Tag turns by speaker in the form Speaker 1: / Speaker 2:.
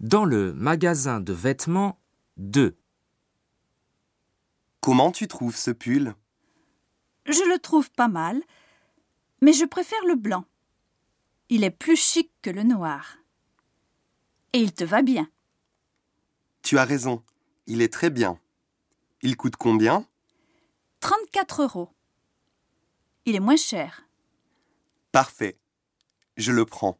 Speaker 1: Dans le magasin de vêtements 2.
Speaker 2: Comment tu trouves ce pull
Speaker 3: Je le trouve pas mal, mais je préfère le blanc. Il est plus chic que le noir. Et il te va bien.
Speaker 2: Tu as raison, il est très bien. Il coûte combien
Speaker 3: 34 euros. Il est moins cher.
Speaker 2: Parfait. Je le prends.